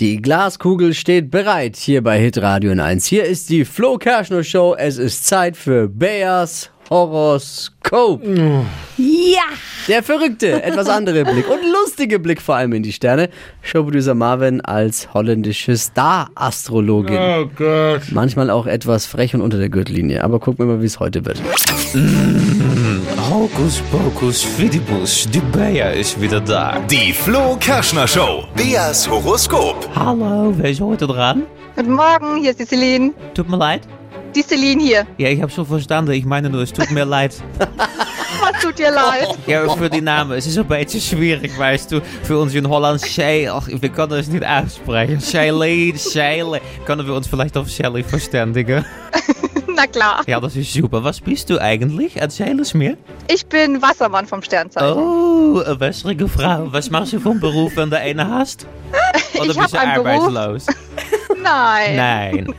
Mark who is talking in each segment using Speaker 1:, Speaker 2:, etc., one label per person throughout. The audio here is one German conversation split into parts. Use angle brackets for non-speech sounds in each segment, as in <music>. Speaker 1: Die Glaskugel steht bereit hier bei Hitradio 1. Hier ist die Flo Kerschner Show. Es ist Zeit für Beas Horoskop.
Speaker 2: Ja!
Speaker 3: <laughs>
Speaker 1: Der verrückte, etwas andere Blick und lustige Blick vor allem in die Sterne. Showproducer Marvin als holländische Star-Astrologin.
Speaker 3: Oh Gott.
Speaker 1: Manchmal auch etwas frech und unter der Gürtellinie. Aber gucken wir mal, wie es heute wird.
Speaker 4: Hocus pocus fidibus, de Bea is weer daar.
Speaker 5: Die Flo Kerschner Show. Beas Horoskop.
Speaker 4: Hallo, wer is heute dran?
Speaker 6: Guten Morgen, hier ist die Celine.
Speaker 4: Tut mir leid.
Speaker 6: Die Celine hier.
Speaker 4: Ja, ich habe schon verstanden. Ich meine nur, es tut mir dus, leid.
Speaker 6: Was tut dir leid?
Speaker 4: Ja, für die Namen. Es ist een beetje schwierig, weißt du. Für uns in Holland, Shay. Ach, wir können es nicht aussprechen. Shailene, Shailene. Können wir uns vielleicht auf Shelly verständigen?
Speaker 6: <laughs> Na klar.
Speaker 4: Ja, das ist super. Was bist du eigentlich? Erzähl es mir.
Speaker 6: Ich bin Wassermann vom Sternzeichen.
Speaker 4: Oh, een wässrige Frau. Was machst du vom Beruf, wenn du eine hast? Oder
Speaker 6: hab
Speaker 4: bist du
Speaker 6: einen Beruf.
Speaker 4: arbeitslos?
Speaker 6: Nein.
Speaker 4: Nein.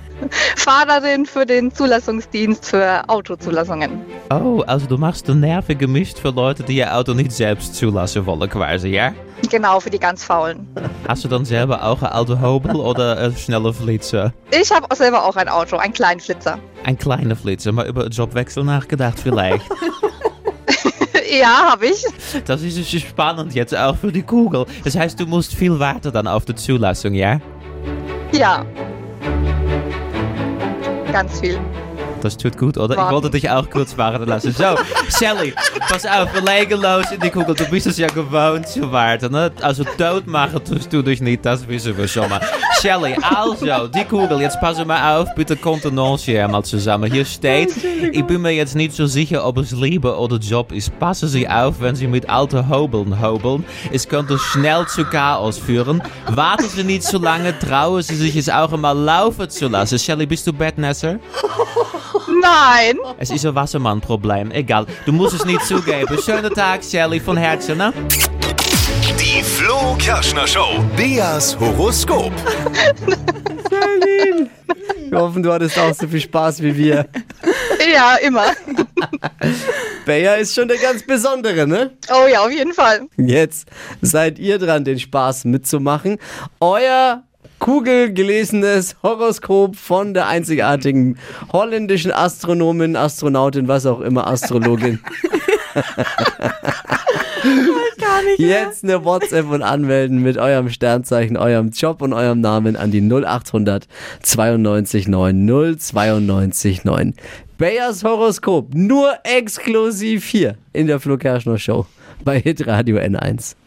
Speaker 6: Fahrerin für den Zulassungsdienst für Autozulassungen.
Speaker 4: Oh, also du machst de Nerven gemischt für Leute, die je Auto nicht selbst zulassen wollen, quasi, ja?
Speaker 6: Genau, für die ganz Faulen.
Speaker 4: Hast du dann selber auch ein Auto Hobel oder eh, een schnelle Flitzer?
Speaker 6: Ich habe selber auch ein Auto, einen kleinen Flitzer.
Speaker 4: Ein kleiner Flitzer, maar über einen Jobwechsel nachgedacht vielleicht.
Speaker 6: <laughs> Ja, habe ich.
Speaker 4: Das ist so dus spannend jetzt auch für die Kugel. Das heißt, du musst viel warten dann auf die Zulassung, ja?
Speaker 6: Ja. Ganz viel.
Speaker 4: Das tut gut, oder? Ich
Speaker 6: Warten.
Speaker 4: wollte dich auch kurz warten lassen. So, Sally, pass auf, verlegen los in die Kugel. Du bist es ja gewohnt zu warten. Ne? Also doodmachen tust du dich nicht, das wissen wir schon mal. Sally, also, die Kugel, jetzt pass mal auf, bitte Kontenance einmal zusammen. Hier steht, ich bin mir jetzt nicht so sicher, ob es Liebe oder Job ist. Passen Sie auf, wenn Sie mit alten Hobeln hobeln. Es könnte schnell zu Chaos führen. Warten Sie nicht zu lange, trauen Sie sich es auch einmal laufen zu lassen. Sally, bist du Bettnässer?
Speaker 6: Nein.
Speaker 4: Es ist ein Wassermann-Problem. Egal. Du musst es nicht zugeben. Schönen Tag, Sally von Herzen, ne?
Speaker 5: Die Flo Kerschner Show. Beas Horoskop.
Speaker 1: Wir hoffen, du hattest auch so viel Spaß wie wir.
Speaker 6: Ja, immer.
Speaker 1: Bea ist schon der ganz Besondere, ne?
Speaker 6: Oh ja, auf jeden Fall.
Speaker 1: Jetzt seid ihr dran, den Spaß mitzumachen. Euer kugelgelesenes Horoskop von der einzigartigen holländischen Astronomin, Astronautin, was auch immer, Astrologin. Jetzt eine WhatsApp und anmelden mit eurem Sternzeichen, eurem Job und eurem Namen an die 0800 92 9 092 9. Bayers Horoskop, nur exklusiv hier in der Flo Kerschner Show bei Hitradio N1.